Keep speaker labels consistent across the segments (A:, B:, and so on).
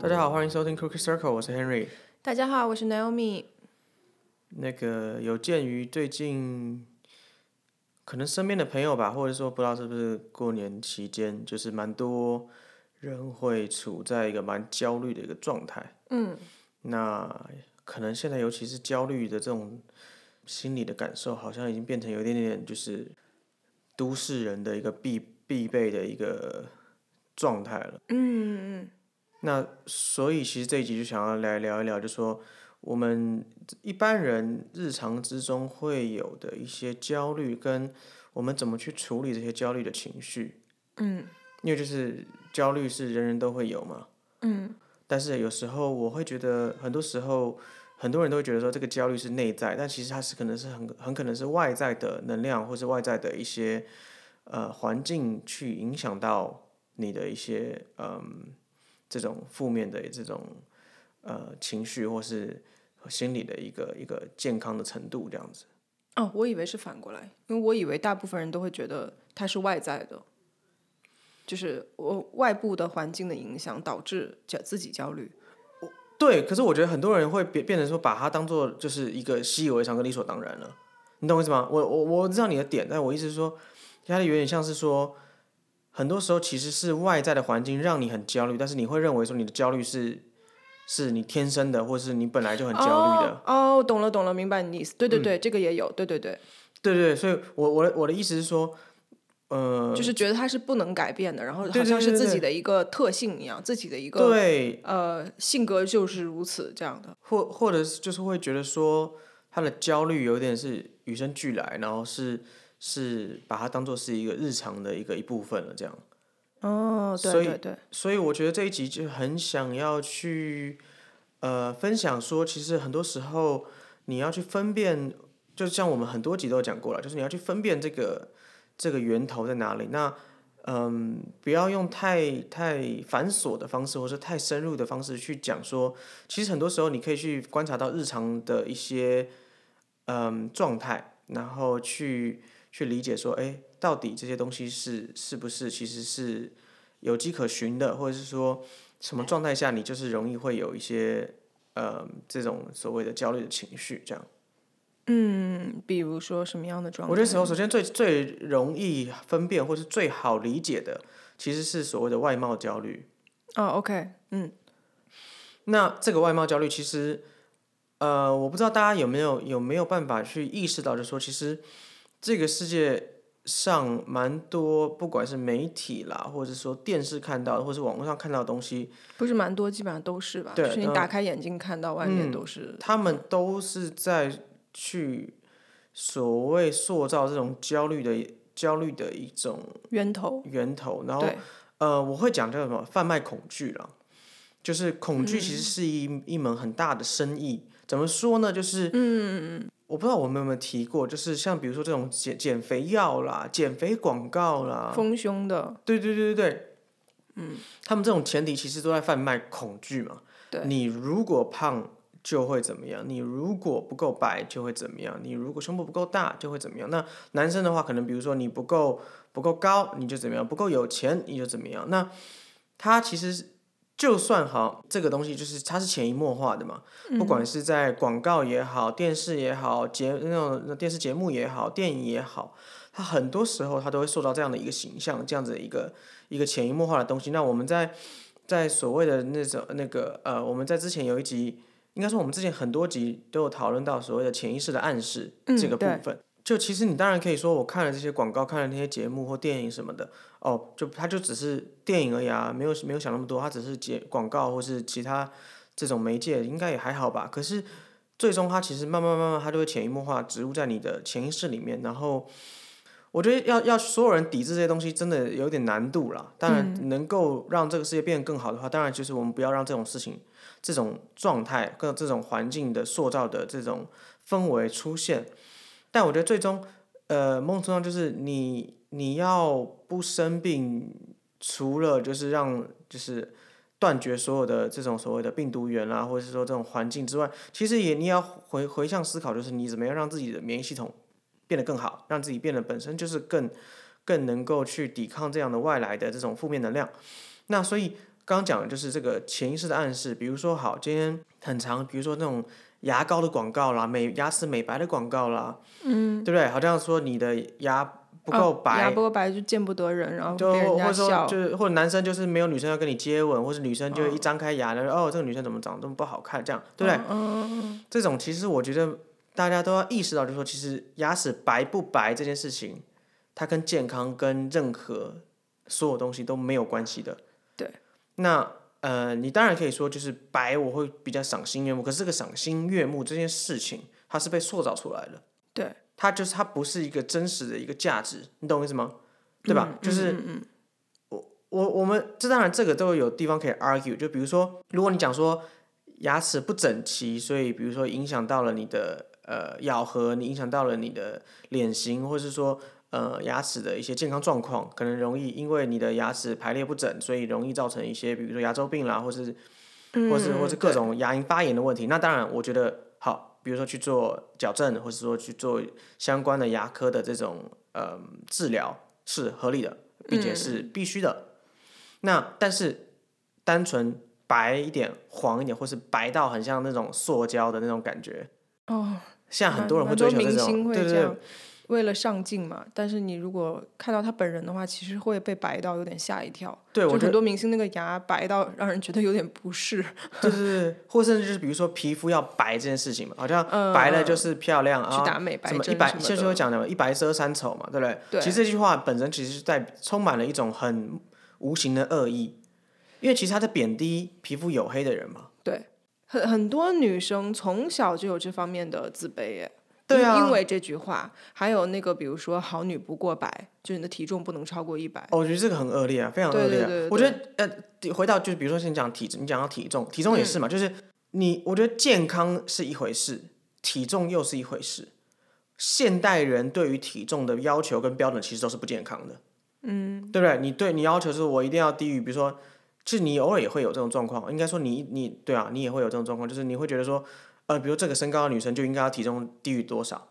A: 大家好，欢迎收听 Cookie Circle，我是 Henry。
B: 大家好，我是 Naomi。
A: 那个有鉴于最近可能身边的朋友吧，或者说不知道是不是过年期间，就是蛮多人会处在一个蛮焦虑的一个状态。
B: 嗯，
A: 那可能现在尤其是焦虑的这种心理的感受，好像已经变成有一点点就是都市人的一个必必备的一个状态了。
B: 嗯嗯
A: 那所以其实这一集就想要来聊一聊，就说我们一般人日常之中会有的一些焦虑，跟我们怎么去处理这些焦虑的情绪。
B: 嗯
A: 因为就是焦虑是人人都会有嘛，
B: 嗯
A: 但是有时候我会觉得，很多时候很多人都会觉得说这个焦虑是内在，但其实它是可能是很很可能是外在的能量，或是外在的一些呃环境去影响到你的一些嗯这种负面的这种呃情绪或是心理的一个一个健康的程度这样子。
B: 嗯。哦，我以为是反过来，因为我以为大部分人都会觉得它是外在的，就是我外部的环境的影响导致焦自己焦虑。
A: 对，可是我觉得很多人会变变成说，把它当做就是一个习以为常跟理所当然了，你懂我意思吗？我我我知道你的点，但我意思是说，压力有点像是说，很多时候其实是外在的环境让你很焦虑，但是你会认为说你的焦虑是是你天生的，或是你本来就很焦虑的。嗯
B: 哦。哦，懂了懂了，明白你的意思。对对对，这个也有，对对对，
A: 对对对，所以我我的我的意思是说，呃，
B: 就是觉得它是不能改变的，然后
A: 对
B: 好像
A: 对
B: 是
A: 对
B: 自己
A: 对
B: 的一个特性一样，自己的一个
A: 对，
B: 呃性格就是如此这样的。
A: 或或者是就是会觉得说他的焦虑有点是与生俱来，然后是是把它当做是一个日常的一个一部分了这样。
B: 哦，对
A: 所以
B: 对对，
A: 所以我觉得这一集就很想要去呃分享说，其实很多时候你要去分辨，就像我们很多集都有讲过了，就是你要去分辨这个这个源头在哪里。那嗯，不要用太太繁琐的方式，或者太深入的方式去讲说，其实很多时候你可以去观察到日常的一些嗯状态，然后去去理解说，哎，到底这些东西是是不是其实是有迹可循的，或者是说什么状态下你就是容易会有一些呃这种所谓的焦虑的情绪这样。
B: 嗯，比如说什么样的状态？
A: 我觉得首首先最最容易分辨或是最好理解的，其实是所谓的外貌焦虑。
B: 哦，OK，嗯
A: 那这个外貌焦虑，其实，呃，我不知道大家有没有有没有办法去意识到，就是说，其实这个世界上蛮多，不管是媒体啦，或者说电视看到的，或是网络上看到的东西，
B: 不是蛮多，基本上都是吧。
A: 对
B: 就是你
A: 嗯
B: 打开眼睛看到外面都是。
A: 他们都是在去所谓塑造这种焦虑的焦虑的一种
B: 源头。
A: 源头，然后
B: 对，
A: 呃，我会讲叫什么贩卖恐惧了，就是恐惧其实是一、一门很大的生意。怎么说呢？就是嗯，我不知道我们有没有提过，就是像比如说这种减减肥药啦、减肥广告啦，
B: 丰胸的，
A: 对对对对对，嗯，他们这种前提其实都在贩卖恐惧嘛。
B: 对
A: 你如果胖就会怎么样？你如果不够白就会怎么样？你如果胸部不够大就会怎么样？那男生的话，可能比如说你不够不够高，你就怎么样；不够有钱，你就怎么样。那他其实就算好这个东西，就是它是潜移默化的嘛，不管是在广告也好、电视也好、节那种电视节目也好、电影也好，它很多时候它都会受到这样的一个形象、这样子的一个一个潜移默化的东西。那我们在在所谓的那种那个呃，我们在之前有一集，应该说我们之前很多集都有讨论到所谓的潜意识的暗示、
B: 嗯
A: 这个部
B: 对
A: 分。就其实你当然可以说，我看了这些广告，看了那些节目或电影什么的，哦，就它就只是电影而已啊，没有没有想那么多，它只是节广告或是其他这种媒介，应该也还好吧。可是最终它其实慢慢慢慢，它就会潜移默化植入在你的潜意识里面，然后我觉得要要所有人抵制这些东西，真的有点难度啦。当然，能够让这个世界变得更好的话，当然就是我们不要让这种事情、这种状态、跟这种环境的塑造的这种氛围出现。但我觉得最终，呃，某种程度上就是你你要不生病，除了就是让就是断绝所有的这种所谓的病毒源啦，或者是说这种环境之外，其实也你也要回回向思考，就是你怎么样让自己的免疫系统变得更好，让自己变得本身就是更更能够去抵抗这样的外来的这种负面能量。那所以刚刚讲的就是这个潜意识的暗示，比如说好，今天很长，比如说那种牙膏的广告啦，美牙齿美白的广告啦，嗯，对不对？好像说你的牙不够
B: 哦牙
A: 白，
B: 不够白就见不得人，然后
A: 就
B: 哦被人
A: 或
B: 家
A: 者说
B: 笑。嗯
A: 就是或者男生就是没有女生要跟你接吻，或是女生就一张开牙，然后哦这个女生怎么长得这么不好看，这样对不对？
B: 嗯
A: 这种其实我觉得大家都要意识到，就是说其实牙齿白不白这件事情，它跟健康跟任何所有东西都没有关系的。
B: 对。
A: 那呃，你当然可以说就是白我会比较赏心悦目，可是这个赏心悦目这件事情，它是被塑造出来的。
B: 对，
A: 它就是它不是一个真实的一个价值，你懂我意思吗？对吧？
B: 嗯
A: 就是
B: 嗯嗯
A: 我我们这当然这个都有地方可以 argue，就比如说，如果你讲说牙齿不整齐，所以比如说影响到了你的呃咬合，你影响到了你的脸型，或是说呃牙齿的一些健康状况，可能容易因为你的牙齿排列不整，所以容易造成一些比如说牙周病啦，或是
B: 嗯，
A: 或是或是
B: 嗯
A: 各种牙龈发炎的问题。那当然，我觉得好，比如说去做矫正，或是说去做相关的牙科的这种呃治疗是合理的，并且是
B: 嗯
A: 必须的。那但是单纯白一点、黄一点，或是白到很像那种塑胶的那种感觉，
B: 对哦，
A: 现在很
B: 蛮
A: 多人会
B: 蛮
A: 追求
B: 明
A: 这
B: 星
A: 种，
B: 会
A: 对对
B: 这
A: 对
B: 样，，为了上镜嘛。但是你如果看到他本人的话，其实会被白到有点吓一跳。
A: 对
B: 就
A: 我觉
B: 很
A: 得
B: 多明星那个牙白到让人觉得有点不适。
A: 对对对，或甚至就是比如说皮肤要白这件事情嘛，好像
B: 嗯
A: 白了
B: 嗯
A: 就是漂亮啊，
B: 去打美白
A: 什么一
B: 针
A: 白，
B: 什么
A: 就是
B: 的
A: 会讲的嘛，一白遮三丑嘛，对不对？
B: 对
A: 其实这句话本身其实是在充满了一种很无形的恶意，因为其实他在贬低皮肤黝黑的人嘛。
B: 对，很很多女生从小就有这方面的自卑耶。
A: 对
B: 因
A: 啊
B: 因为这句话，还有那个，比如说“好女不过百”，就是你的体重不能超过一百。
A: 哦，我觉得这个很恶劣啊，非常恶
B: 对
A: 劣、啊。
B: 对对对嗯
A: 我觉得呃，回到就是比如说先讲体质，你讲到体重，体重也是嘛，就是你我觉得健康是一回事，体重又是一回事。现代人对于体重的要求跟标准其实都是不健康的，嗯，对不对？你对你要求是我一定要低于，比如说，就是你偶尔也会有这种状况，应该说你你对啊，你也会有这种状况，就是你会觉得说，呃，比如这个身高的女生就应该要体重低于多少，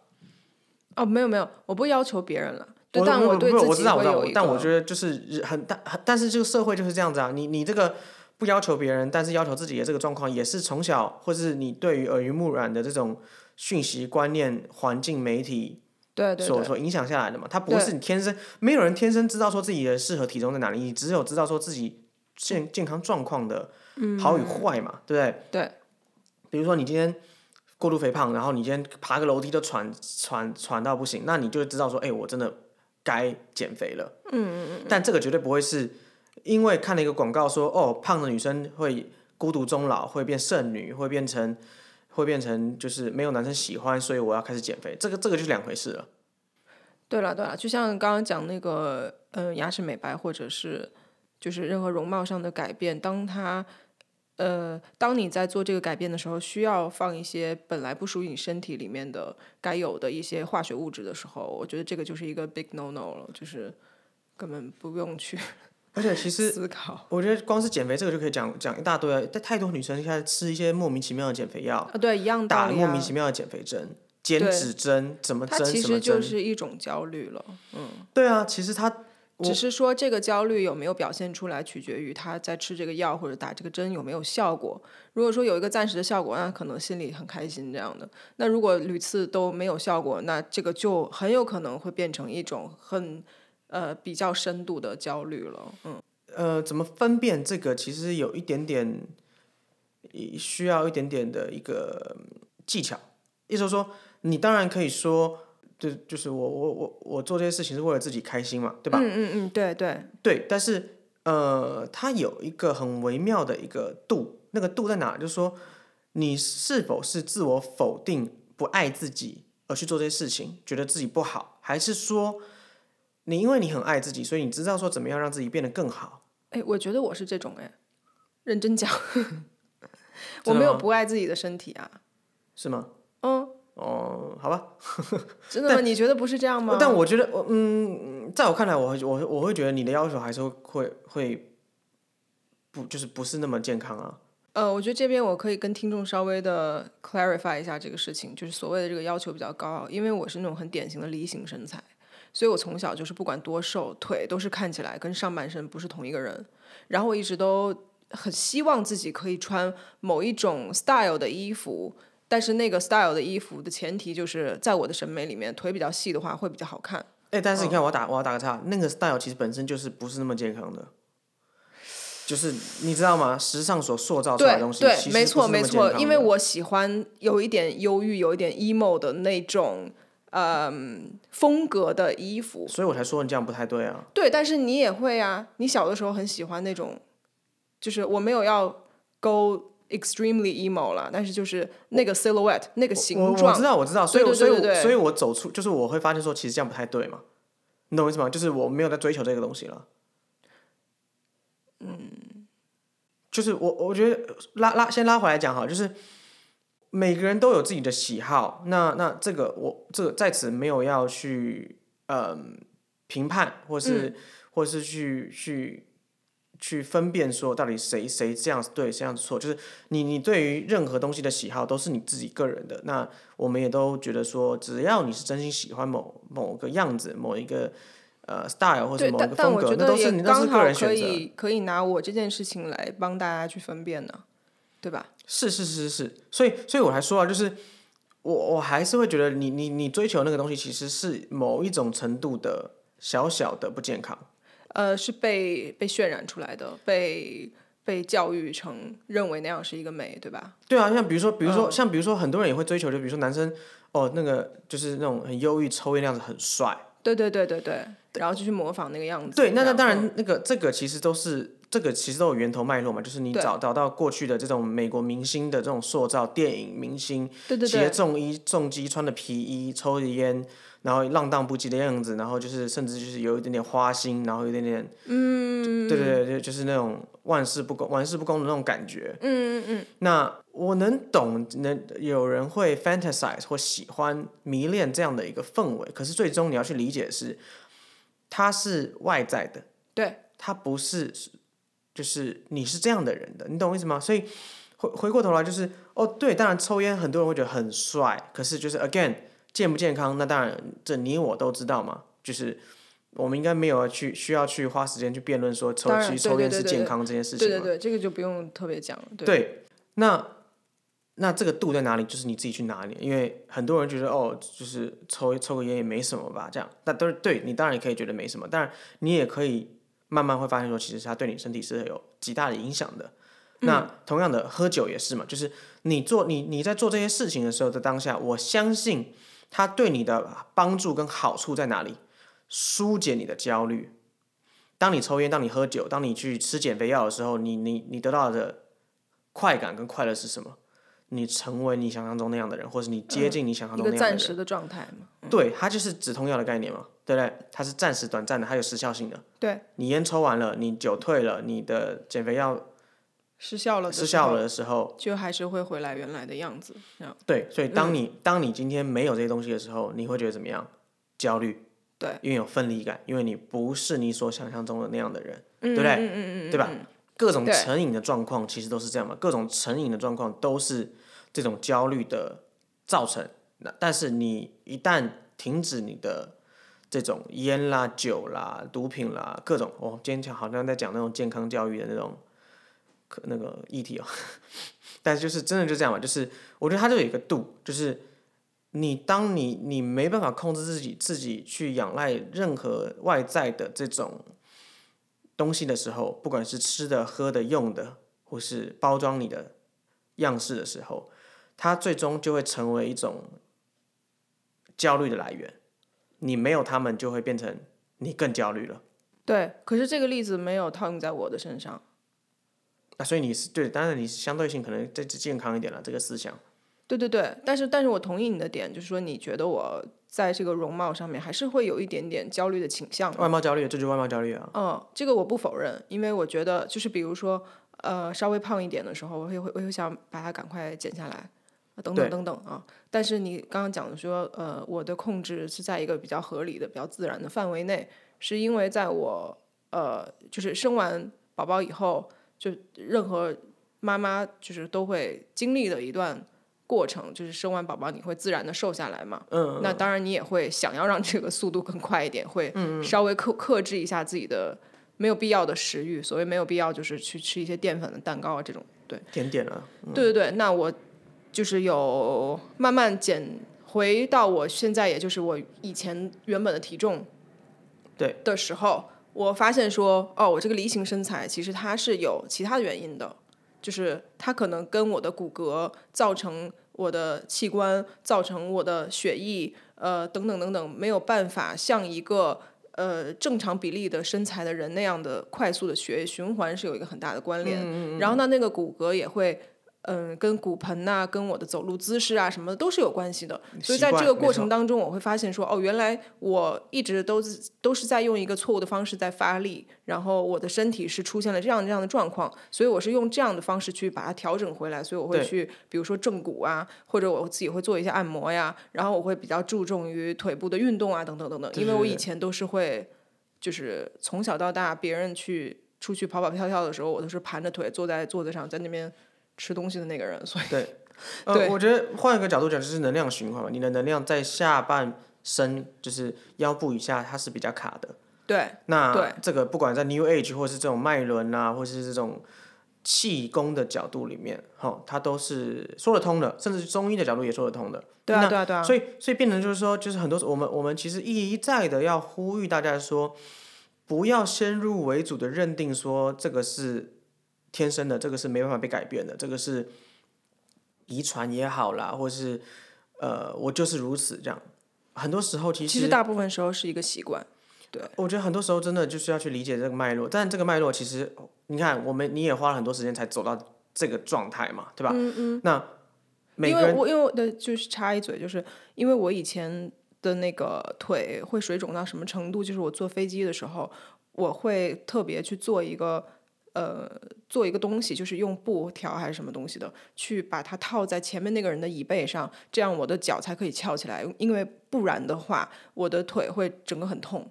B: 哦，没有没有，我不要求别人了，对，
A: 我
B: 但
A: 我
B: 对
A: 不
B: 自
A: 是
B: 己
A: 我知道，我
B: 会
A: 知道
B: 有一，个，
A: 但我觉得就是很大，很但是这个社会就是这样子啊，你你这个不要求别人，但是要求自己的这个状况，也是从小或是你对于耳濡目染的这种讯息观念、环境、媒体
B: 对对
A: 所
B: 对，
A: 所影响下来的嘛。它不是
B: 对
A: 你天生，没有人天生知道说自己的适合体重在哪里，你只有知道说自己健健康状况的
B: 嗯
A: 好与坏嘛，对不对？
B: 对，
A: 比如说你今天过度肥胖，然后你今天爬个楼梯都喘喘喘到不行，那你就知道说，哎、我真的该减肥了。嗯嗯嗯。但这个绝对不会是因为看了一个广告说，哦，胖的女生会孤独终老，会变剩女，会变成会变成就是没有男生喜欢，所以我要开始减肥。这个这个就是两回事了。
B: 对了对了，就像刚刚讲那个，嗯、牙齿美白或者是就是任何容貌上的改变，当它呃，当你在做这个改变的时候，需要放一些本来不属于你身体里面的该有的一些化学物质的时候，我觉得这个就是一个 big no no 了，就是根本不用去
A: 而且其实
B: 思考
A: 我觉得光是减肥这个就可以讲讲一大堆了，但太多女生现在吃一些莫名其妙的减肥药，
B: 啊，对，一 样
A: 打
B: 道
A: 了
B: 理
A: 莫
B: 啊
A: 名。其妙的减肥针、减
B: 对
A: 脂针，怎么
B: 它
A: 针
B: 其
A: 什么
B: 实就
A: 针。
B: 是一种焦虑了，
A: 对啊，其实它
B: 只是说这个焦虑有没有表现出来，取决于他在吃这个药或者打这个针有没有效果。如果说有一个暂时的效果，那可能心里很开心这样的。那如果屡次都没有效果，那这个就很有可能会变成一种很呃比较深度的焦虑了。嗯，
A: 呃，怎么分辨这个，其实有一点点也需要一点点的一个嗯技巧。意思是说，你当然可以说，就就是我我我我做这些事情是为了自己开心嘛，对吧？
B: 嗯嗯嗯，对对，
A: 对，但是呃，它有一个很微妙的一个度，那个度在哪？就是说，你是否是自我否定、不爱自己而去做这些事情，觉得自己不好，还是说你因为你很爱自己，所以你知道说怎么样让自己变得更好？
B: 哎，我觉得我是这种哎，认真讲，我
A: 真的
B: 没有
A: 吗
B: 不爱自己的身体啊。
A: 是吗？
B: 嗯，
A: 哦、好吧，
B: 真的吗？你觉得不是这样吗？
A: 但我觉得，我嗯，在我看来，我会我我会觉得你的要求还是会会不就是不是那么健康啊。
B: 呃，我觉得这边我可以跟听众稍微的 clarify 一下这个事情，就是所谓的这个要求比较高，啊因为我是那种很典型的梨形身材，所以我从小就是不管多瘦，腿都是看起来跟上半身不是同一个人，然后我一直都很希望自己可以穿某一种 style 的衣服，但是那个 style 的衣服的前提就是在我的审美里面，腿比较细的话会比较好看。
A: 哎，但是
B: 嗯
A: 你看，我要打我要打个岔，那个 style 其实本身就是不是那么健康的，就是你知道吗？时尚所塑造出来的
B: 对
A: 东西，其实
B: 对，没
A: 不是
B: 错
A: 那么
B: 没
A: 健
B: 错，
A: 康
B: 因为
A: 的
B: 我喜欢有一点忧郁、有一点 emo 的那种嗯风格的衣服。
A: 所以我才说你这样不太对啊。
B: 对，但是你也会啊，你小的时候很喜欢那种，就是我没有要 go extremely emo 了，但是就是那个 silhouette 那个
A: 我
B: 形
A: 我
B: 状
A: 知，道，我知道，所以我
B: 对
A: 所
B: 对
A: 以
B: 对
A: 我
B: 对对
A: 所以我走出，就是我会发现说，其实这样不太对嘛，你懂我意思吗？就是我没有在追求这个东西了。嗯，
B: 嗯
A: 就是我我觉得拉拉先拉回来讲好，就是每个人都有自己的喜好，那那这个我这个在此没有要去嗯、评判，或
B: 嗯
A: 是、或是去去去分辨说到底谁谁这样对谁这样错，就是你你对于任何东西的喜好都是你自己个人的。那我们也都觉得说，只要你是真心喜欢某某个样子、某一个呃 style 或者
B: 对，
A: 某一
B: 但
A: 个
B: 但
A: 风
B: 我
A: 格
B: 觉，
A: 那
B: 得
A: 都是
B: 也
A: 你那
B: 刚
A: 是个
B: 好
A: 人
B: 可
A: 选择。
B: 以可以拿我这件事情来帮大家去分辨呢，对吧？
A: 是是是是，所以所以我还说啊，就是我我还是会觉得你你你追求那个东西，其实是某一种程度的小小的不健康。
B: 呃，是被被渲染出来的，被被教育成认为那样是一个美，对吧？
A: 对啊，像比如说，比如
B: 嗯
A: 说，像比如说，很多人也会追求，就比如说男生，哦，那个就是那种很忧郁、抽烟那样子，很帅。
B: 对对对对对，然后就去模仿那个样子。嗯
A: 对，那那当
B: 后
A: 然，那个这个其实都是这个其实都有源头脉络嘛，就是你
B: 对
A: 找找到过去的这种美国明星的这种塑造，电影明星
B: 对对
A: 鞋
B: 对，
A: 重衣重机，穿的皮衣，抽着烟，然后浪荡不羁的样子，然后就是甚至就是有一点点花心，然后有一点点，嗯，对对对，就就是那种万事不公、玩世不恭的那种感觉。
B: 嗯嗯嗯，
A: 那我能懂，能有人会 fantasize 或喜欢迷恋这样的一个氛围，可是最终你要去理解的是，它是外在的，
B: 对，
A: 它不是，就是你是这样的人的，你懂我意思吗？所以回回过头来就是，哦，对，当然抽烟很多人会觉得很帅，可是就是 again 健不健康，那当然这你我都知道嘛，就是我们应该没有去需要去花时间去辩论说抽
B: 当然
A: 其实
B: 对
A: 抽
B: 对
A: 烟
B: 对
A: 是
B: 对
A: 健
B: 对
A: 康这件事
B: 对
A: 情嘛。
B: 对对，这个就不用特别讲了。对，
A: 对，那那这个度在哪里？就是你自己去拿捏，因为很多人觉得哦，就是抽抽个烟也没什么吧，这样，那都是对你当然也可以觉得没什么，当然你也可以慢慢会发现说，其实它对你身体是有极大的影响的。那同样的，喝酒也是嘛，就是你做你你在做这些事情的时候的当下，我相信它对你的帮助跟好处在哪里？疏解你的焦虑。当你抽烟，当你喝酒，当你去吃减肥药的时候，你你你得到的快感跟快乐是什么？你成为你想象中那样的人，或是你接近你想象
B: 嗯一
A: 中那
B: 个
A: 样的人。
B: 暂时的状态嘛。
A: 对，它就是止痛药的概念嘛，对不对？它是暂时短暂的，它有时效性的。
B: 对，
A: 你烟抽完了，你酒退了，你的减肥药
B: 失效了，
A: 失效，了的时候，
B: 就还是会回来原来的样子。这样
A: 对，所以当你、当你今天没有这些东西的时候，你会觉得怎么样？焦虑，
B: 对，
A: 因为有分离感，因为你不是你所想象中的那样的人，
B: 嗯
A: 对不对
B: 嗯嗯嗯嗯，
A: 对吧？各种
B: 对
A: 成瘾的状况其实都是这样嘛，各种成瘾的状况都是这种焦虑的造成。那但是你一旦停止你的这种烟啦、酒啦、毒品啦各种，哦，今天好像在讲那种健康教育的那种可那个议题哦。 但是就是真的就这样嘛，就是我觉得它就有一个度，就是你当你你没办法控制自己自己去仰赖任何外在的这种东西的时候，不管是吃的、喝的、用的，或是包装你的样式的时候，它最终就会成为一种焦虑的来源。你没有他们，就会变成你更焦虑了。
B: 对。可是这个例子没有套用在我的身上。
A: 那所以你是对，当然你相对性可能这这健康一点了，这个思想。
B: 对对对，但是但是我同意你的点，就是说你觉得我在这个容貌上面还是会有一点点焦虑的倾向。
A: 外貌焦虑，这就是外貌焦虑啊。
B: 嗯，这个我不否认，因为我觉得就是比如说，呃，稍微胖一点的时候，我会会我会想把它赶快减下来，啊等
A: 对
B: 等等等啊。但是你刚刚讲的说，呃，我的控制是在一个比较合理的、比较自然的范围内，是因为在我呃，就是生完宝宝以后，就任何妈妈就是都会经历的一段过程，就是生完宝宝你会自然的瘦下来嘛。
A: 嗯，
B: 那当然，你也会想要让这个速度更快一点，会稍微克克制一下自己的没有必要的食欲。所谓没有必要，就是去吃一些淀粉的蛋糕啊这种。对，
A: 甜点啊，
B: 对对对，那我就是有慢慢减回到我现在，也就是我以前原本的体重，
A: 对
B: 的时候，我发现说，哦，我这个梨形身材其实它是有其他的原因的，就是它可能跟我的骨骼造成我的器官造成我的血液呃等等等等没有办法像一个。呃，正常比例的身材的人那样的快速的血液循环是有一个很大的关联，
A: 嗯
B: 然后呢，那个骨骼也会，嗯、跟骨盆呐、跟我的走路姿势啊什么的都是有关系的。所以
A: 习
B: 在
A: 惯
B: 这个
A: 没
B: 过
A: 错
B: 程当中，我会发现说，哦，原来我一直都是都是在用一个错误的方式在发力，然后我的身体是出现了这样这样的状况，所以我是用这样的方式去把它调整回来。所以我会
A: 对
B: 去，比如说正骨啊，或者我自己会做一些按摩呀，然后我会比较注重于腿部的运动啊，等等等等。
A: 对
B: 因为
A: 对
B: 我
A: 对
B: 以前都是会，就是从小到大，别人去出去跑跑跳跳的时候，我都是盘着腿坐在桌子上，在那边吃东西的那个人，所以
A: 对， 呃，
B: 对
A: 我觉得换一个角度讲，就是能量循环嘛。你的能量在下半身，就是腰部以下，它是比较卡的。
B: 对
A: 那
B: 对
A: 这个不管在 New Age 或是这种脉轮啊，或是这种气功的角度里面，哈，它都是说得通的，甚至中医的角度也说得通的。
B: 对
A: 那
B: 啊对啊对啊，
A: 所以，所以变成就是说，就是很多我们我们其实一再的要呼吁大家说，不要先入为主的认定说这个是天生的，这个是没办法被改变的，这个是遗传也好啦，或是呃我就是如此这样。很多时候其实
B: 其实大部分时候是一个习惯。
A: 我觉得很多时候真的就是要去理解这个脉络，但这个脉络其实，你看我们你也花了很多时间才走到这个状态嘛，对吧？嗯嗯。那每
B: 因
A: 个
B: 为
A: 人
B: 我因为我的就是插一嘴，就是因为我以前的那个腿会水肿到什么程度，就是我坐飞机的时候，我会特别去做一个呃做一个东西，就是用布条还是什么东西的，去把它套在前面那个人的椅背上，这样我的脚才可以翘起来，因为不然的话，我的腿会整个很痛，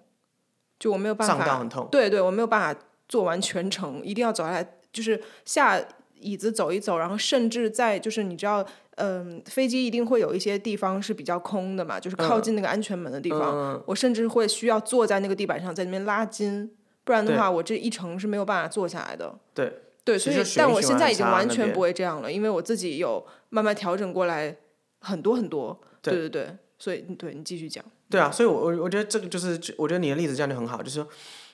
B: 就我没有办
A: 上
B: 法
A: 当很痛，
B: 对对，我没有办法做完全程，一定要走下来，就是下椅子走一走，然后甚至在就是你知道，嗯、飞机一定会有一些地方是比较空的嘛，就是
A: 嗯
B: 靠近那个安全门的地方，我甚至会需要坐在那个地板上，在那边拉筋，不然的话，我这一程是没有办法坐下来的。
A: 对
B: 对，
A: 其
B: 所
A: 实
B: 以
A: 就
B: 但
A: 循
B: 我
A: 循环
B: 现在
A: 很
B: 已经
A: 差
B: 完
A: 那
B: 全
A: 边
B: 不会这样了，因为我自己有慢慢调整过来很多很多。对对对，所以嗯对你继续讲。
A: 对啊，所以我我我觉得这个就是，我觉得你的例子这样就很好，就是说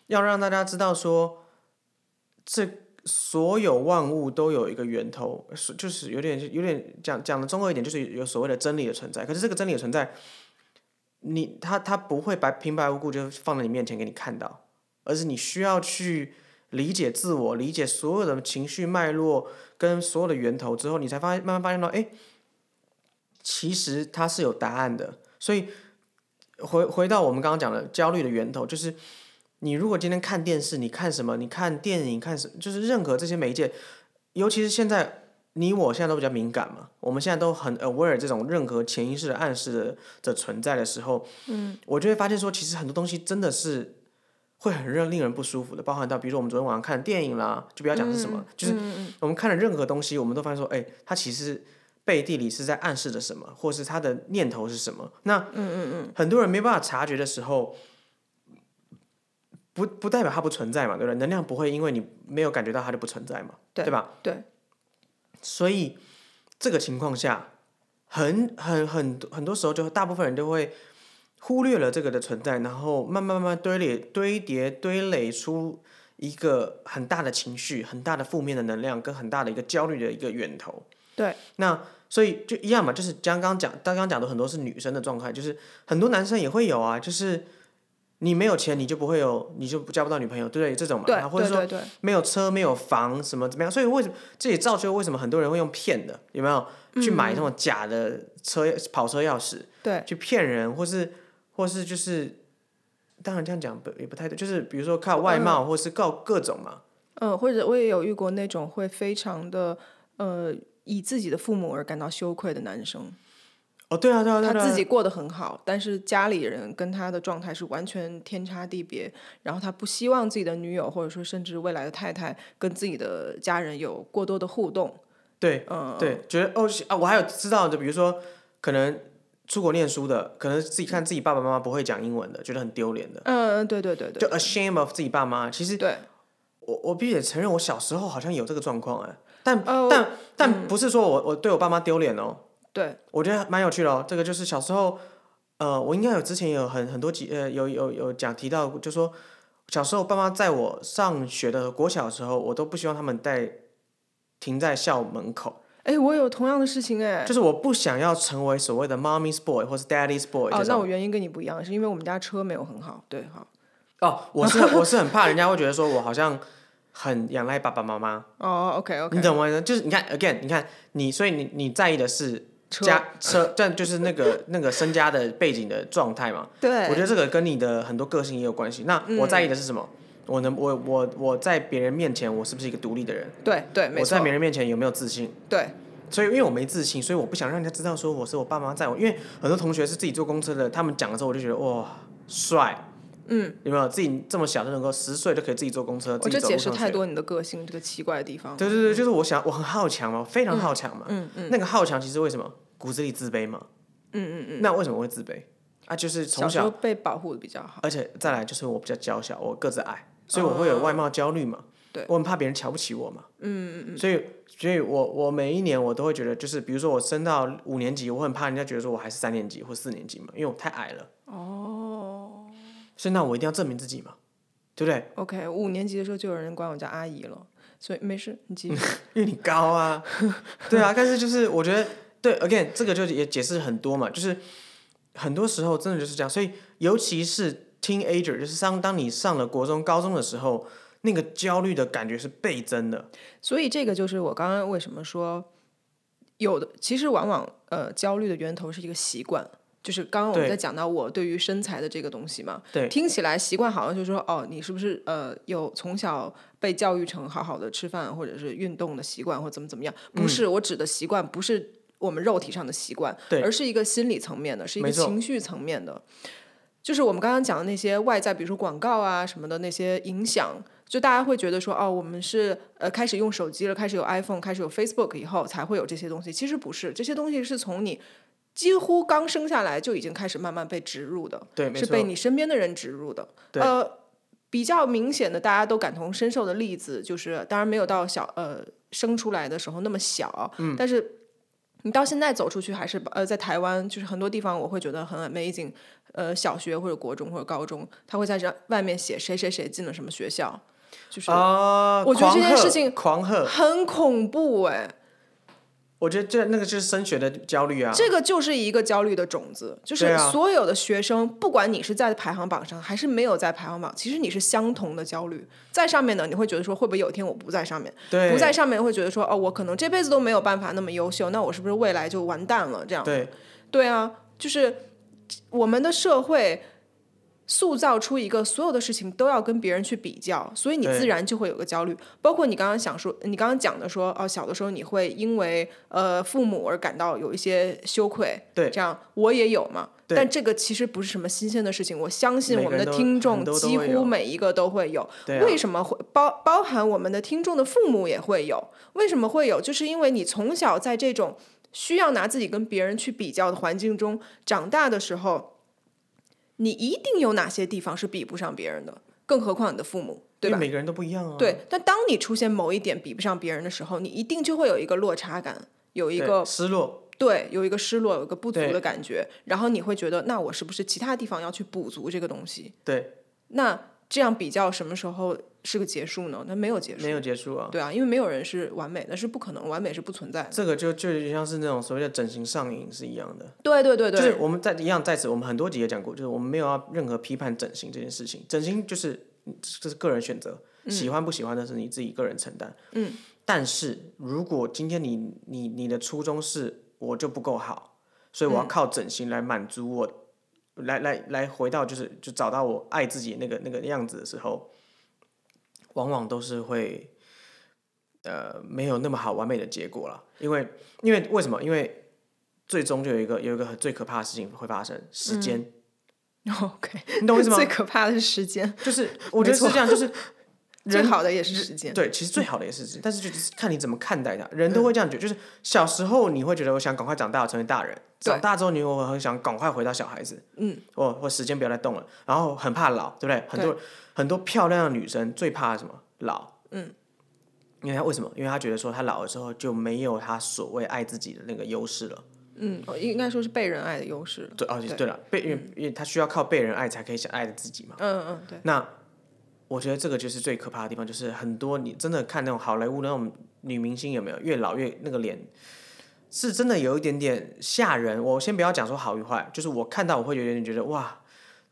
A: 要让大家知道说，这所有万物都有一个源头，是就是有点有点讲讲的中二一点，就是有所谓的真理的存在。可是这个真理的存在，你它它不会白平白无故就放在你面前给你看到，而是你需要去理解自我，理解所有的情绪脉络跟所有的源头之后，你才发现慢慢发现到，哎，其实它是有答案的，所以。回回到我们刚刚讲的焦虑的源头，就是你如果今天看电视，你看什么？你看电影，看什就是任何这些媒介，尤其是现在你我现在都比较敏感嘛，我们现在都很 aware 这种任何潜意识的暗示的的存在的时候，嗯，我就会发现说，其实很多东西真的是会很让令人不舒服的，包含到比如说我们昨天晚上看的电影啦，就不要讲是什么，就是我们看了任何东西，我们都发现说，哎，它其实。背地里是在暗示着什么，或是他的念头是什么？那很多人没办法察觉的时候，不不代表它不存在嘛，对不对？能量不会因为你没有感觉到它就不存在嘛，
B: 对
A: 吧？
B: 对，
A: 所以这个情况下，很很很很多时候就大部分人就会忽略了这个的存在，然后慢慢慢慢堆累堆叠堆垒出一个很大的情绪、很大的负面的能量跟很大的一个焦虑的一个源头。
B: 对，
A: 那所以就一样嘛，就是刚刚讲，刚刚讲的很多是女生的状态，就是很多男生也会有啊，就是你没有钱，你就不会有，你就交不到女朋友，对不对？这种嘛，
B: 对
A: 然后或者
B: 对
A: 说
B: 对对，
A: 没有车、没有房，什么怎么样？所以为什么这也造就为什么很多人会用骗的，有没有？去买那种假的车、跑车钥匙，
B: 嗯对，
A: 去骗人，或是或是就是，当然这样讲不也不太对，就是比如说靠外貌，或是靠各种嘛，
B: 嗯，或者我也有遇过那种会非常的呃，以自己的父母而感到羞愧的男生，
A: 哦，对啊，对啊，对啊，
B: 他
A: 对啊
B: 自己过得很好，但是家里人跟他的状态是完全天差地别，然后他不希望自己的女友或者说甚至未来的太太跟自己的家人有过多的互动，
A: 对，
B: 嗯
A: 对，觉得哦是啊，我还有知道的，比如说可能出国念书的，可能自己看自己爸爸妈妈不会讲英文的，觉得很丢脸的，
B: 嗯，对对对
A: 就
B: 对
A: ashamed of 自己爸妈。其实
B: 对
A: 我我必须得承认，我小时候好像有这个状况哎，但、
B: 哦
A: 但但不是说我我对我爸妈丢脸哦，
B: 对，
A: 我觉得蛮有趣的哦。这个就是小时候，呃，我应该有之前有很很多集呃有有有讲提到，就说小时候爸妈在我上学的国小的时候，我都不希望他们在停在校门口，
B: 哎，我有同样的事情哎。
A: 就是我不想要成为所谓的 mommy's boy 或是 daddy's boy 这，
B: 哦那
A: 种。
B: 我原因跟你不一样，是因为我们家车没有很好。对，好，
A: 哦，我是 我是很怕人家会觉得说我好像很仰赖爸爸妈妈。
B: 哦，OK
A: 你
B: OK，
A: 懂吗？就是你看，again，你看你，所以你你在意的是
B: 车
A: 家车，但就是那个那个身家的背景的状态嘛。
B: 对，嗯
A: 我觉得这个跟你的很多个性也有关系。那我在意的是什么？我能我我我在别人面前，我是不是一个独立的人？
B: 对对，没
A: 我
B: 错
A: 在，别人面前有没有自信？
B: 对，
A: 所以，因为我没自信，所以我不想让人家知道说我是我爸妈在我。因为很多同学是自己坐公车的，他们讲的时候，我就觉得哇帅，嗯，有没有？自己这么小就能够十岁就可以自己坐公车，
B: 我
A: 自己
B: 这
A: 走
B: 解
A: 路
B: 释
A: 上学
B: 太。多你的个性这个奇怪的地方。
A: 对对对，就是我想我很好强嘛，我非常好强嘛。嗯嗯。那个好强其实为什么骨子里自卑嘛？嗯嗯嗯。那为什么会自卑啊？就是从
B: 小时
A: 小，
B: 候被保护的比较好。
A: 而且再来就是我比较娇小，我个子矮，所以我会有外貌焦虑嘛。
B: 对
A: 我很怕别人瞧不起我嘛。哦嗯嗯嗯。所以，所以我我每一年我都会觉得，就是比如说我升到五年级，我很怕人家觉得说我还是三年级或四年级嘛，因为我太矮了。
B: 哦
A: 所以那我一定要证明自己嘛，对不对？
B: ，OK，五年级的时候就有人管我叫阿姨了，所以没事，你继续。
A: 因为你高啊，对啊，但是就是我觉得对，again 这个就也解释很多嘛，就是很多时候真的就是这样，所以尤其是 teenager，就是当当你上了国中、高中的时候，那个焦虑的感觉是倍增的。
B: 所以这个就是我刚刚为什么说，有的其实往往呃焦虑的源头是一个习惯，就是刚刚我们
A: 对
B: 在讲到我对于身材的这个东西嘛，
A: 对
B: 听起来习惯好像就是说哦，你是不是呃有从小被教育成好好的吃饭或者是运动的习惯或怎么怎么样？不是，我指的习惯不是我们肉体上的习惯，
A: 嗯对
B: 而是一个心理层面的，是一个
A: 没错
B: 情绪层面的。就是我们刚刚讲的那些外在，比如说广告啊什么的那些影响，就大家会觉得说，哦，我们是呃开始用手机了，开始有 iPhone，开始有 Facebook 以后才会有这些东西。其实不是，这些东西是从你几乎刚生下来就已经开始慢慢被植入的，
A: 对，没
B: 是
A: 错
B: 被，你身边的人植入的。
A: 对
B: 呃，比较明显的大家都感同身受的例子，就是当然没有到小呃生出来的时候那么小，
A: 嗯
B: 但是。你到现在走出去还是呃，在台湾就是很多地方我会觉得很 amazing，呃，小学或者国中或者高中，他会在这外面写谁谁谁进了什么学校，就是
A: 啊，
B: 我觉得这件
A: 狂贺
B: 事
A: 狂贺，
B: 情很恐怖哎、
A: 我觉得这那个就是升学的焦虑啊，
B: 这个就是一个焦虑的种子，
A: 对
B: 就是
A: 啊
B: 所有的学生，不管你是在排行榜上还是没有在排行榜，其实你是相同的焦虑。在上面呢，你会觉得说会不会有一天我不在上面？
A: 对，
B: 不在上面会觉得说哦，我可能这辈子都没有办法那么优秀，那我是不是未来就完蛋了？这样
A: 对
B: 对啊，就是我们的社会塑造出一个所有的事情都要跟别人去比较，所以你
A: 对
B: 自然就会有个焦虑。包括你刚刚想说，你刚刚讲的说，哦，小的时候你会因为呃父母而感到有一些羞愧，
A: 对
B: 这样我也有嘛。
A: 对
B: 但这个其实不是什么新鲜的事情，我相信
A: 每
B: 我
A: 个
B: 们的
A: 人都
B: 听众
A: 很多都
B: 几
A: 会有
B: 乎每一个都会有。
A: 对啊
B: 为什么会包包含我们的听众的父母也会有？为什么会有？就是因为你从小在这种需要拿自己跟别人去比较的环境中长大的时候，你一定有哪些地方是比不上别人的，更何况你的父母，对
A: 因为
B: 吧？
A: 每个人都不一样啊，
B: 对。但当你出现某一点比不上别人的时候，你一定就会有一个落差感，有一
A: 对，
B: 个
A: 失落，
B: 对，有一个失落，有一个不足
A: 对
B: 的感觉，然后你会觉得，那我是不是其他地方要去补足这个东西？
A: 对，
B: 那这样比较什么时候是个结束呢？那没有结束
A: 没，有结束啊。
B: 对啊，因为没有人是完美的，是不可能，完美是不存在的。
A: 这个就就有点像是那种所谓的整形上瘾是一样的，
B: 对对对对，
A: 就是我们在一样在此，我们很多集也讲过，就是我们没有要任何批判整形这件事情，整形就是这是个人选择，
B: 嗯
A: 喜欢不喜欢那是你自己个人承担。嗯，但是如果今天你你你的初衷是我就不够好，所以我要靠整形来满足我，来来来回到就是就找到我爱自己那个那个样子的时候，往往都是会。呃，没有那么好完美的结果了，因为因为为什么？因为最终就有一个有一个很最可怕的事情会发生，时间，
B: OK，
A: 你 懂我意思吗
B: 嗯最？可怕的是时间，
A: 就是我觉得
B: 没
A: 是
B: 错
A: 这样，就是
B: 最好的也是时间。
A: 对，其实最好的也是时间，但是就是看你怎么看待它。人都会这样觉得，就是小时候你会觉得我想赶快长大，成为大人；
B: 对
A: 长大之后你会很想赶快回到小孩子，
B: 嗯，
A: 或或时间不要再动了，然后很怕老，对不对？很多很多漂亮的女生最怕什么？老，嗯，因为他为什么？因为他觉得说他老了之后就没有他所谓爱自己的那个优势了。
B: 嗯，哦应该说是被人爱的优势了。
A: 对，而且对了，被因为因为他需要靠被人爱才可以想爱自己嘛。
B: 嗯嗯，对，
A: 那我觉得这个就是最可怕的地方，就是很多你真的看那种好莱坞那种女明星有没有越老越那个脸，是真的有一点点吓人。我先不要讲说好与坏，就是我看到我会有点觉得哇，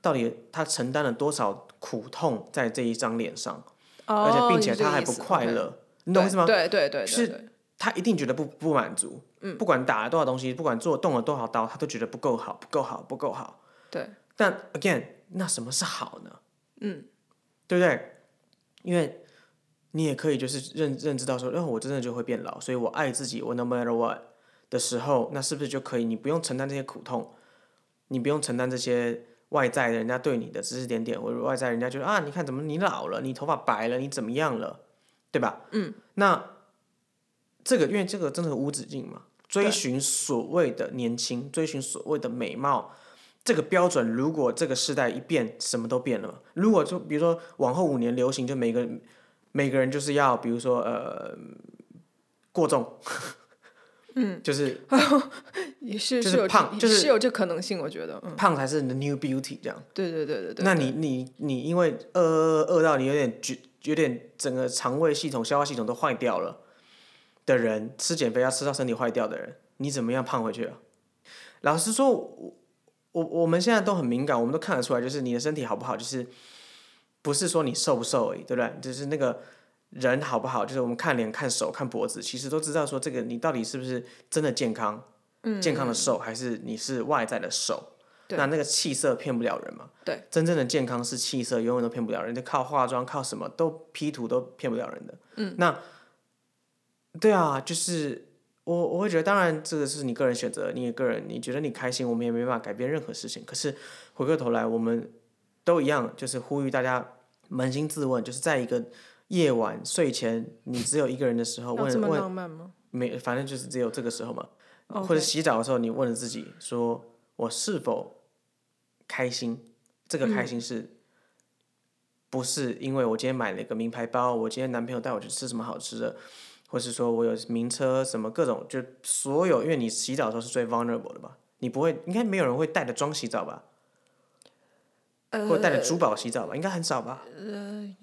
A: 到底她承担了多少苦痛在这一张脸上，
B: 哦
A: 而且并且她还不快乐，你
B: 你
A: 懂我意思吗？
B: 对对对，对
A: 是
B: 对
A: 她一定觉得不不满足，嗯，不管打了多少东西，不管做动了多少刀，她都觉得不够好，不够好，不够好。
B: 对，
A: 但 again，那什么是好呢？嗯，对不对？因为你也可以就是认认知到说，然、后我真的就会变老，所以我爱自己，我 no matter what 的时候，那是不是就可以？你不用承担这些苦痛，你不用承担这些外在的人家对你的指指点点，或者外在人家觉得啊，你看怎么你老了，你头发白了，你怎么样了，对吧？嗯，那这个因为这个真的无止境嘛，追
B: 对
A: 寻所谓的年轻，追寻所谓的美貌。这个标准，如果这个时代一变，什么都变了嘛。如果就比如说往后五年流行，就每个每个人就是要，比如说呃过重，嗯，就是
B: 也是
A: 就是
B: 有这
A: 胖就是
B: 是有这可能性，我觉得，嗯，
A: 胖才是 the new beauty 这样。
B: 对对对对对。
A: 那你你你因为饿饿饿饿到你有点觉有点整个肠胃系统、消化系统都坏掉了的人，吃减肥要吃到身体坏掉的人，你怎么样胖回去啊？老实说，我我我们现在都很敏感，我们都看得出来，就是你的身体好不好，就是不是说你瘦不瘦而已，对不对？就是那个人好不好，就是我们看脸、看手、看脖子，其实都知道说这个你到底是不是真的健康，健康的瘦，还是你是外在的瘦。
B: 嗯对
A: 那那个气色骗不了人嘛？
B: 对，
A: 真正的健康是气色，永远都骗不了人，就靠化妆、靠什么都 P 图都骗不了人的。嗯，那对啊，就是我我会觉得，当然这个是你个人选择，你也个人你觉得你开心，我们也没办法改变任何事情。可是回过头来，我们都一样，就是呼吁大家扪心自问，就是在一个夜晚睡前，你只有一个人的时候，
B: 要哦这
A: 问
B: 么
A: 问
B: 浪漫吗？
A: 没，反正就是只有这个时候嘛。
B: OK
A: 或者洗澡的时候，你问了自己说：“我是否开心？”这个开心是、不是因为我今天买了一个名牌包，我今天男朋友带我去吃什么好吃的，或是说我有名车什么各种，就所有，因为你洗澡的时候是最 vulnerable 的吧？你不会，应该没有人会带着妆洗澡吧？或者带着珠宝洗澡吧？应该很少吧？
B: 嗯，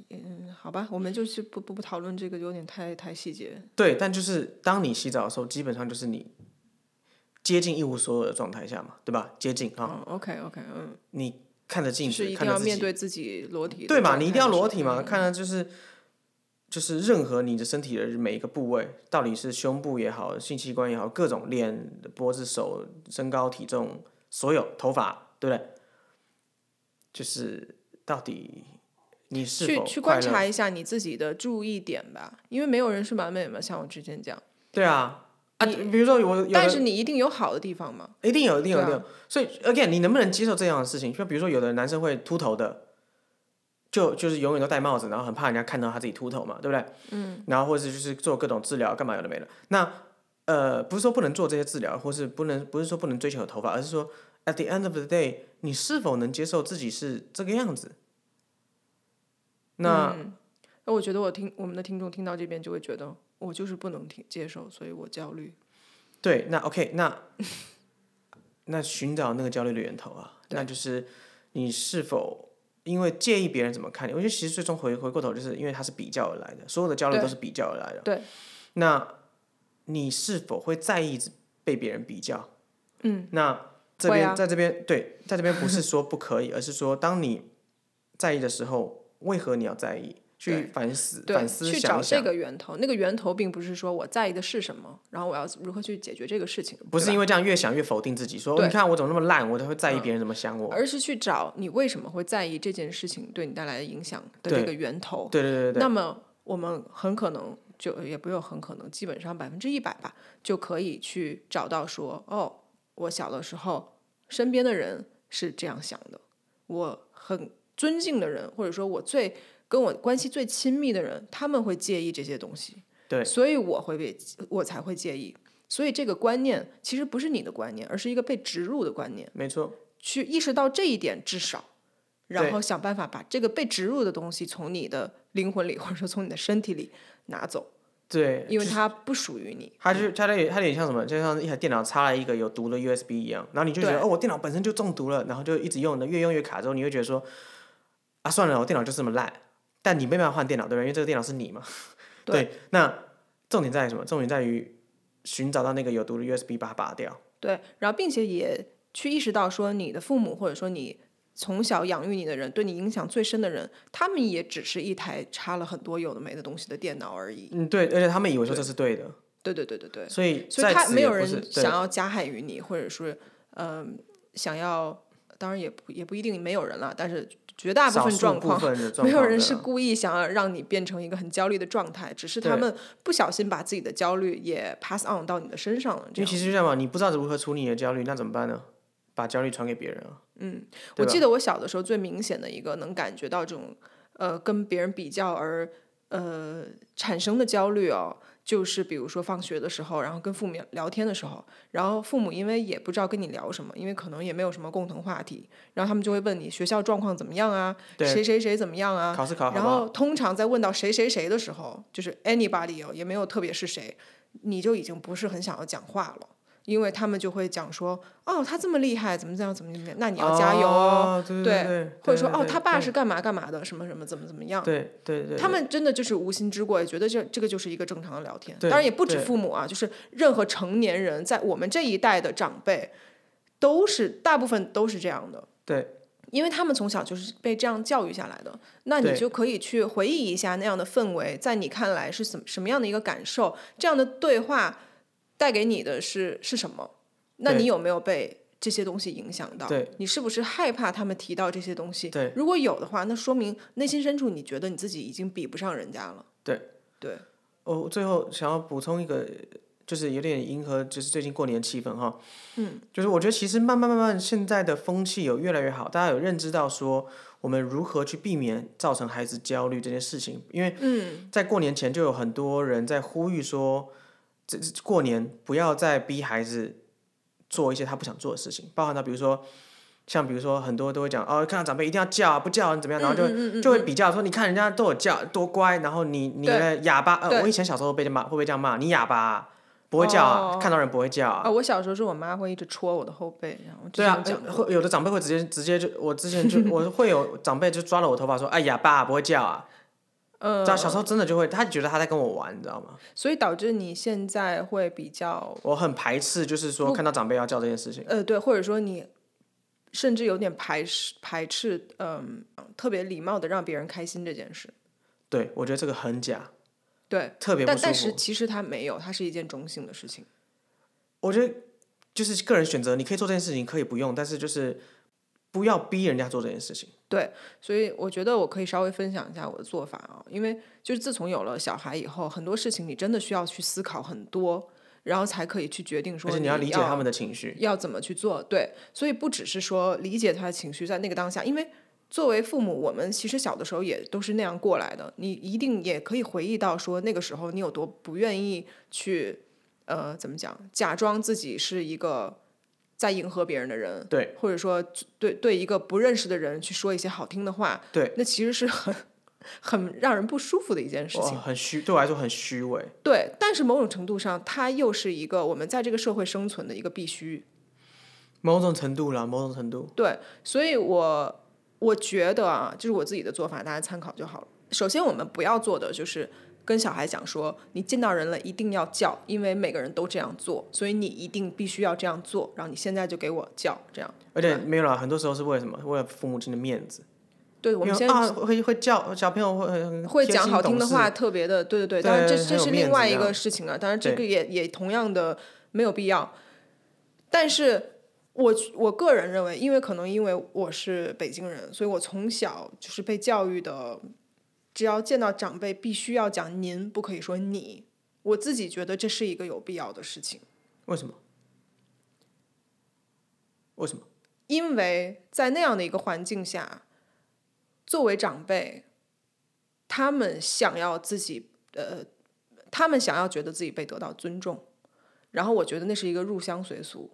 B: 好吧，我们就是不不不讨论这个，有点太太细节。
A: 对，但就是当你洗澡的时候，基本上就是你接近一无所有的状态下嘛，对吧？接近啊，
B: 嗯，OK OK，嗯，
A: 你看着镜
B: 就
A: 子
B: 是，一定
A: 看着
B: 要
A: 自
B: 面
A: 己，嗯
B: 对自己裸体的
A: 对
B: 状态的时候。
A: 嘛？你一定要裸体
B: 嗯
A: 嘛？看着啊就是就是任何你的身体的每一个部位，到底是胸部也好，性器官也好，各种脸、脖子、手、身高、体重，所有头发，对不对？就是到底你是
B: 去
A: 否
B: 去
A: 快
B: 观
A: 乐
B: 察一下你自己的注意点吧，因为没有人是完美嘛，像我之前讲，
A: 对啊啊！比如说我有的
B: 但是你一定有好的地方嘛。
A: 一定有，一定有，一
B: 对啊
A: 定有。所以，again，你能不能接受这样的事情？就比如说，有的男生会秃头的，就就是永远都戴帽子，然后很怕人家看到他自己秃头嘛，对不对？嗯。然后或者就是做各种治疗，干嘛有的没的。那呃，不是说不能做这些治疗，或是不能不是说不能追求头发，而是说 at the end of the day，你是否能接受自己是这个样子？那、
B: 那我觉得我听我们的听众听到这边就会觉得我就是不能听接受，所以我焦虑。
A: 对，那 OK，那那寻找那个焦虑的源头啊，那就是你是否因为介意别人怎么看你？我觉得其实最终回回过头，就是因为它是比较而来的，所有的焦虑
B: 对
A: 都是比较而来的。
B: 对，
A: 那你是否会在意被别人比较？嗯，那这
B: 会
A: 边、
B: 啊
A: 在这边对，在这边不是说不可以，而是说当你在意的时候，为何你要在意？去反思、
B: 对，
A: 反思、
B: 去
A: 想
B: 找
A: 一想
B: 这。个源头，那个源头并不是说我在意的是什么，然后我要如何去解决这个事情，
A: 不是
B: 对吧
A: 因为这样越想越否定自己，说哦
B: 对哦
A: 你看我怎么那么烂，我都会在意别人怎么想我。
B: 而是去找你为什么会在意这件事情对你带来的影响的
A: 对
B: 这个源头。
A: 对对对对对，
B: 那么我们很可能就也不用很可能，基本上百分之一百吧，就可以去找到说，哦，我小的时候身边的人是这样想的，我很尊敬的人，或者说我最跟我关系最亲密的人，他们会介意这些东西，
A: 对
B: 所以我会被我才会介意。所以这个观念其实不是你的观念，而是一个被植入的观念。
A: 没错，
B: 去意识到这一点，至少然后想办法把这个被植入的东西从你的灵魂里，或者说从你的身体里拿走，
A: 对，
B: 因为它不属于你。
A: 它就是它有点它有点像什么，就像一台电脑插了一个有毒的 USB 一样，然后你就觉得
B: 对
A: 哦，我电脑本身就中毒了，然后就一直用的，越用越卡之后，你会觉得说啊，算了，我电脑就是这么烂，但你没办法换电脑，对不对？因为这个电脑是你嘛。
B: 对
A: 那重点在于什么？重点在于寻找到那个有毒的 USB，把它拔掉。
B: 对，然后并且也去意识到说，你的父母或者说你从小养育你的人，对你影响最深的人，他们也只是一台插了很多有的没的东西的电脑而已。
A: 嗯，对，而且他们以为说这是对的，
B: 对对对对对，
A: 所以
B: 所以
A: 在
B: 他
A: 此
B: 没
A: 也
B: 有
A: 不是
B: 人
A: 对
B: 想要加害于你，或者说嗯、想要，当然也不也不一定没有人了，但是绝大部
A: 少
B: 分
A: 数
B: 状况
A: 部。分的状
B: 没有
A: 况
B: 人
A: 对
B: 是
A: 啊
B: 故意想要让你变成一个很焦虑的状态，只是他
A: 对
B: 们不小心把自己的焦虑也 pass on 到你的身上了。
A: 因为
B: 这样
A: 其实就这样嘛，你不知道如何处理你的焦虑，那怎么办呢？把焦虑传给别人啊。
B: 我
A: 对
B: 记得我小的时候最明显的一个能感觉到这种呃跟别人比较而呃产生的焦虑哦，就是比如说放学的时候，然后跟父母聊天的时候，然后父母因为也不知道跟你聊什么，因为可能也没有什么共同话题，然后他们就会问你学校状况怎么样啊，
A: 对
B: 谁谁谁怎么样啊，
A: 考试考好
B: 然
A: 不好？
B: 后通常在问到谁谁谁的时候，就是 anybody 哦，也没有特别是谁，你就已经不是很想要讲话了，因为他们就会讲说，哦，他这么厉害，怎么怎样，怎么怎么样，那你要加油哦，
A: 哦，对
B: 对
A: 对，
B: 或者说
A: 对
B: 哦，
A: 对
B: 他爸是干嘛干嘛的，什么什么怎么怎么样。
A: 对对对，对
B: 他们真的就是无心之过，也觉得这这个就是一个正常的聊天。
A: 对
B: 当然也不止
A: 对
B: 父母啊，就是任何成年人，在我们这一代的长辈，都是大部分都是这样的。
A: 对，
B: 因为他们从小就是被这样教育下来的，那你
A: 对
B: 就可以去回忆一下那样的氛围，在你看来是什么什么样的一个感受？这样的对话带给你的是是什么？那
A: 对
B: 你有没有被这些东西影响到？
A: 对
B: 你是不是害怕他们提到这些东西？
A: 对
B: 如果有的话，那说明内心深处你觉得你自己已经比不上人家了。
A: 对
B: 对，
A: 我最后想要补充一个，就是有点迎合，就是最近过年气氛哈。嗯，就是我觉得其实慢慢慢慢，现在的风气有越来越好，大家有认知到说我们如何去避免造成孩子焦虑这件事情，因为
B: 嗯，
A: 在过年前就有很多人在呼吁说，这这过年不要再逼孩子做一些他不想做的事情，包含到比如说。像比如说，很多都会讲哦，看到长辈一定要叫啊，不叫你怎么
B: 嗯
A: 样，然后就、就会比较说，你看人家都有叫，多乖，然后你你
B: 对
A: 呢哑巴，
B: 对
A: 呃，我以前小时候被这样骂，会不会这样骂？你哑巴啊，不会叫啊，
B: 哦
A: 看到人不会叫
B: 啊、
A: 啊，
B: 我小时候是我妈会一直戳我的后背，然后我之
A: 对
B: 前
A: 啊，
B: 讲
A: 呃
B: 过，
A: 会有的长辈会直接直接就，我之前就 我会有长辈就抓了我头发说，哎，哑巴啊、不会叫啊，
B: 嗯、
A: 这样小时候真的就会，他觉得他在跟我玩，你知道吗？
B: 所以导致你现在会比较
A: 我很排斥，就是说看到长辈要叫这件事情。
B: 呃，对，或者说你甚至有点排斥排斥，嗯、特别礼貌的让别人开心这件事。
A: 对，我觉得这个很假，
B: 对，
A: 特别不
B: 但
A: 舒
B: 但是
A: 服。
B: 其实它没有，它是一件中性的事情。
A: 我觉得就是个人选择，你可以做这件事情，可以不用，但是就是不要逼人家做这件事情。
B: 对，所以我觉得我可以稍微分享一下我的做法啊，因为就是自从有了小孩以后，很多事情你真的需要去思考很多，然后才可以去决定说
A: 而且
B: 你
A: 你要理解他们的情绪。
B: 要怎么去做。对，所以不只是说理解他的情绪在那个当下，因为作为父母，我们其实小的时候也都是那样过来的。你一定也可以回忆到说那个时候你有多不愿意去，呃，怎么讲，假装自己是一个在迎合别人的人，
A: 对，
B: 或者说对对一个不认识的人去说一些好听的话，
A: 对，
B: 那其实是很很让人不舒服的一件事
A: 哇
B: 情。
A: 很虚，对我来说很虚伪。
B: 对，但是某种程度上，它又是一个我们在这个社会生存的一个必须。
A: 某种程度啦，某种程度，
B: 对，所以我我觉得啊，就是我自己的做法，大家参考就好了。首先，我们不要做的就是跟小孩讲说，你见到人了一定要叫，因为每个人都这样做，所以你一定必须要这样做。然后你现在就给我叫，这样。
A: 而且没有啦，很多时候是为了什么？为了父母亲的面子。
B: 对，我们
A: 因为
B: 现
A: 啊，
B: 在
A: 会会叫小朋友会很
B: 会
A: 贴
B: 讲
A: 心
B: 好听的
A: 懂事
B: 话，特别的，对对对。当然这，
A: 对
B: 这
A: 很有
B: 是
A: 面
B: 另
A: 子
B: 外
A: 这
B: 一个
A: 样
B: 事情啊。当然，这个
A: 对
B: 也也同样的没有必要。但是我我个人认为，因为可能因为我是北京人，所以我从小就是被教育的，只要见到长辈必须要讲您，不可以说你。我自己觉得这是一个有必要的事情，
A: 为什么？为什么？
B: 因为在那样的一个环境下，作为长辈，他们想要自己呃，他们想要觉得自己被得到尊重，然后我觉得那是一个入乡随俗，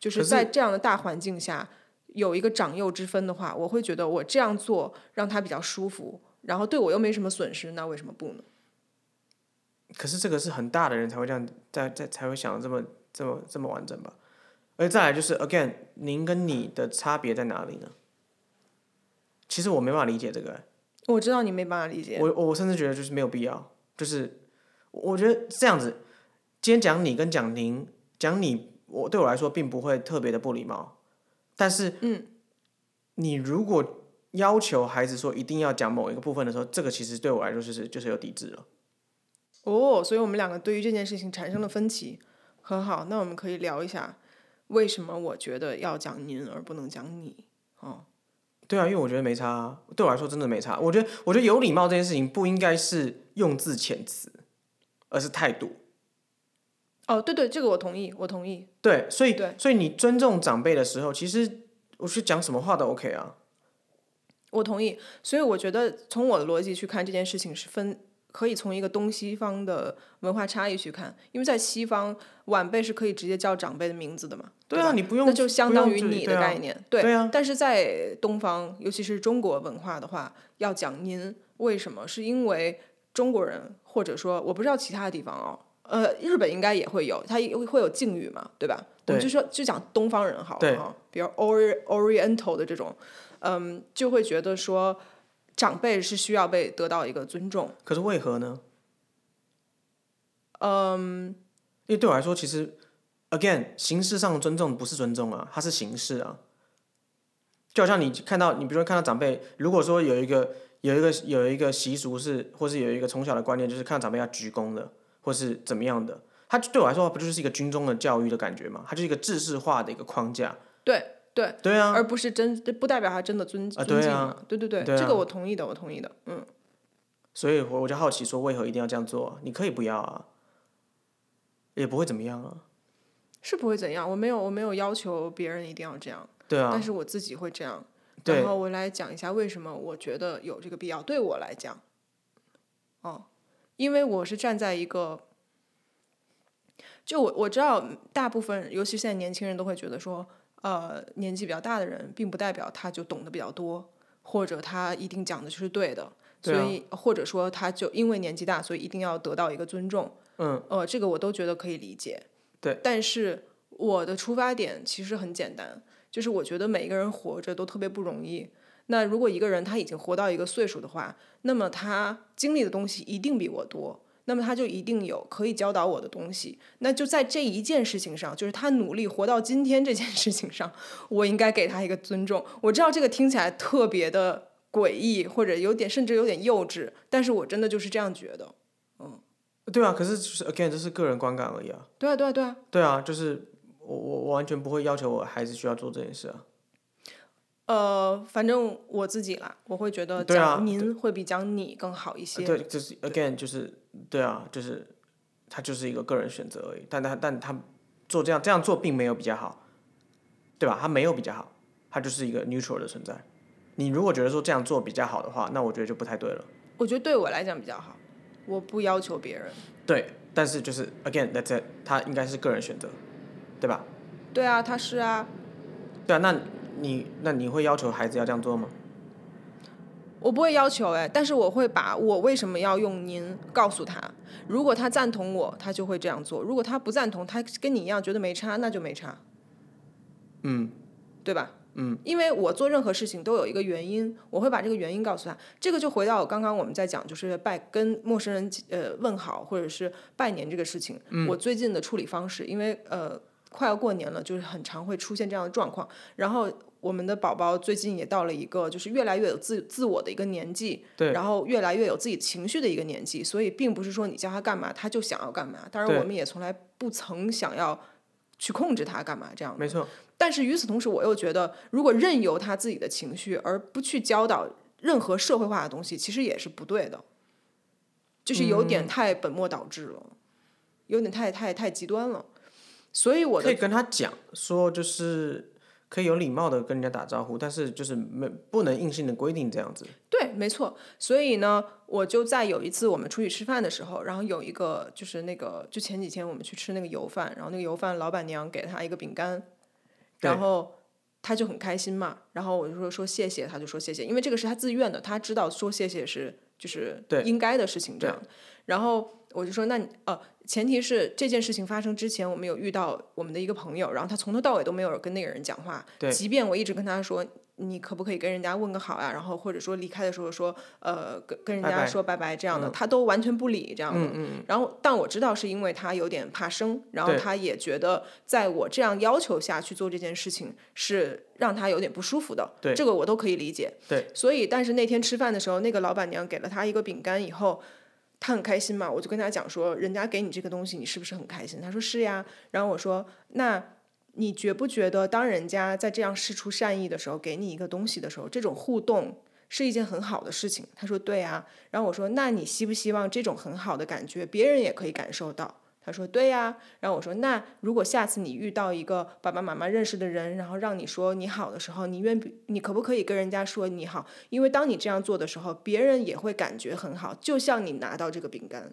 B: 就是
A: 可是
B: 在这样的大环境下，有一个长幼之分的话，我会觉得我这样做让他比较舒服，然后对我又没什么损失，那为什么不呢？
A: 可是这个是很大的人才会这样，在在才会想得这么这么这么完整吧。而再来就是，again，您跟你的差别在哪里呢？其实我没办法理解这个、
B: 我知道你没办法理解，
A: 我我甚至觉得就是没有必要，就是我我觉得这样子，今天讲你跟讲您讲你，我对我来说并不会特别的不礼貌，但是
B: 嗯，
A: 你如果要求孩子说一定要讲某一个部分的时候，这个其实对我来说就是就是有抵制了。
B: 哦，所以我们两个对于这件事情产生了分歧，很好，那我们可以聊一下为什么我觉得要讲您而不能讲你。哦，
A: 对啊，因为我觉得没差、啊，对我来说真的没差。我觉得，我觉得有礼貌这件事情不应该是用字遣词，而是态度。
B: 哦，对对，这个我同意，我同意。
A: 对，所以
B: 对
A: 所以你尊重长辈的时候，其实我去讲什么话都 OK 啊。
B: 我同意，所以我觉得从我的逻辑去看这件事情是分，可以从一个东西方的文化差异去看，因为在西方，晚辈是可以直接叫长辈的名字的嘛，
A: 对啊，你不用，
B: 那就相
A: 不用
B: 当于
A: 注意
B: 你
A: 对
B: 的
A: 啊
B: 概念，
A: 对
B: 对
A: 啊
B: 但是在东方，尤其是中国文化的话，要讲您，为什么？是因为中国人，或者说我不知道其他地方哦，呃，日本应该也会有，它也会有敬语嘛，对吧？我们
A: 对
B: 就说就讲东方人好
A: 对
B: 了哈，比如 Ori Oriental 的这种，嗯，就会觉得说长辈是需要被得到一个尊重。
A: 可是为何呢？嗯，因为对我来说，其实 again 形式上的尊重不是尊重啊，它是形式啊。就好像你看到，你比如说看到长辈，如果说有一个有一个有一个习俗是，或是有一个从小的观念，就是看到长辈要鞠躬的，或是怎么样的，它对我来说不就是一个军中的教育的感觉嘛？它就是一个制式化的一个框架。
B: 对对，
A: 对啊，
B: 而不是真不代表他真的尊
A: 啊
B: 尊
A: 对
B: 敬
A: 啊
B: 嘛，对对对，
A: 对啊
B: 这个我同意的，我同意的，嗯。
A: 所以我我就好奇说，为何一定要这样做啊？你可以不要啊，也不会怎么样啊。
B: 是不会怎样，我没有我没有要求别人一定要这样，
A: 对啊，
B: 但是我自己会这样。
A: 对
B: 然后我来讲一下为什么我觉得有这个必要，对我来讲，哦，因为我是站在一个，就我我知道大部分，尤其现在年轻人都会觉得说，呃，年纪比较大的人，并不代表他就懂得比较多，或者他一定讲的就是对的，
A: 对啊
B: 所以或者说他就因为年纪大，所以一定要得到一个尊重。
A: 嗯，
B: 呃，这个我都觉得可以理解。
A: 对，
B: 但是我的出发点其实很简单，就是我觉得每一个人活着都特别不容易。那如果一个人他已经活到一个岁数的话，那么他经历的东西一定比我多，那么他就一定有可以教导我的东西。那就在这一件事情上，就是他努力活到今天这件事情上，我应该给他一个尊重。我知道这个听起来特别的诡异，或者有点甚至有点幼稚，但是我真的就是这样觉得。
A: 对啊，可是就是 again，这是个人观感而已啊。
B: 对啊，对啊，对啊。
A: 对啊，就是我我我完全不会要求我孩子需要做这件事啊。
B: 呃，反正我自己啦，我会觉得
A: 对啊
B: 讲您会比讲你更好一些。
A: 对，就是 again，就是对啊，就是他就是一个个人选择而已。但他但他做这样这样做并没有比较好，对吧？他没有比较好，他就是一个 neutral 的存在。你如果觉得说这样做比较好的话，那我觉得就不太对了。
B: 我觉得对我来讲比较好，我不要求别人。
A: 对，但是就是 again，that's it，他应该是个人选择，对吧？
B: 对啊，他是啊，
A: 对啊，那你那你会要求孩子要这样做吗？
B: 我不会要求哎，但是我会把我为什么要用您告诉他。如果他赞同我，他就会这样做；如果他不赞同，他跟你一样觉得没差，那就没差。
A: 嗯，
B: 对吧？
A: 嗯，
B: 因为我做任何事情都有一个原因，我会把这个原因告诉他。这个就回到我刚刚我们在讲，就是拜跟陌生人呃问好或者是拜年这个事情，
A: 嗯
B: 我最近的处理方式，因为呃快要过年了，就是很常会出现这样的状况。然后我们的宝宝最近也到了一个就是越来越有自自我的一个年纪，
A: 对
B: 然后越来越有自己情绪的一个年纪，所以并不是说你叫他干嘛他就想要干嘛。当然，
A: 对
B: 我们也从来不曾想要去控制他干嘛这样的
A: 没错，
B: 但是与此同时，我又觉得，如果任由他自己的情绪而不去教导任何社会化的东西，其实也是不对的，就是有
A: 嗯
B: 点太本末倒置了，有点太太太极端了。所以我
A: 可以
B: 的
A: 跟他讲说，就是可以有礼貌的跟人家打招呼，但是就是没不能硬性的规定这样子。
B: 对，没错。所以呢，我就在有一次我们出去吃饭的时候，然后有一个就是那个，就前几天我们去吃那个油饭，然后那个油饭老板娘给他一个饼干，
A: 对
B: 然后他就很开心嘛。然后我就说说谢谢，他就说谢谢，因为这个是他自愿的，他知道说谢谢是就是
A: 对
B: 应该的事情这样。然后我就说那你呃，前提是这件事情发生之前，我们有遇到我们的一个朋友，然后他从头到尾都没有跟那个人讲话，
A: 对
B: 即便我一直跟他说。你可不可以跟人家问个好啊呀、然后或者说离开的时候说，呃，跟跟人
A: 拜
B: 家
A: 拜
B: 说拜拜这样的，他都完全不理这样的。
A: 嗯嗯，
B: 然后，但我知道是因为他有点怕生，然后
A: 对
B: 他也觉得在我这样要求下去做这件事情是让他有点不舒服的。
A: 对
B: 这个我都可以理解。
A: 对，
B: 所以，但是那天吃饭的时候，那个老板娘给了他一个饼干以后，他很开心嘛，我就跟他讲说，人家给你这个东西，你是不是很开心？他说是呀。然后我说，那你觉不觉得，当人家在这样施出善意的时候，给你一个东西的时候，这种互动是一件很好的事情？他说对啊。然后我说，那你希不希望这种很好的感觉，别人也可以感受到？他说对呀、然后我说，那如果下次你遇到一个爸爸妈妈认识的人，然后让你说你好的时候，你愿不你可不可以跟人家说你好？因为当你这样做的时候，别人也会感觉很好，就像你拿到这个饼干，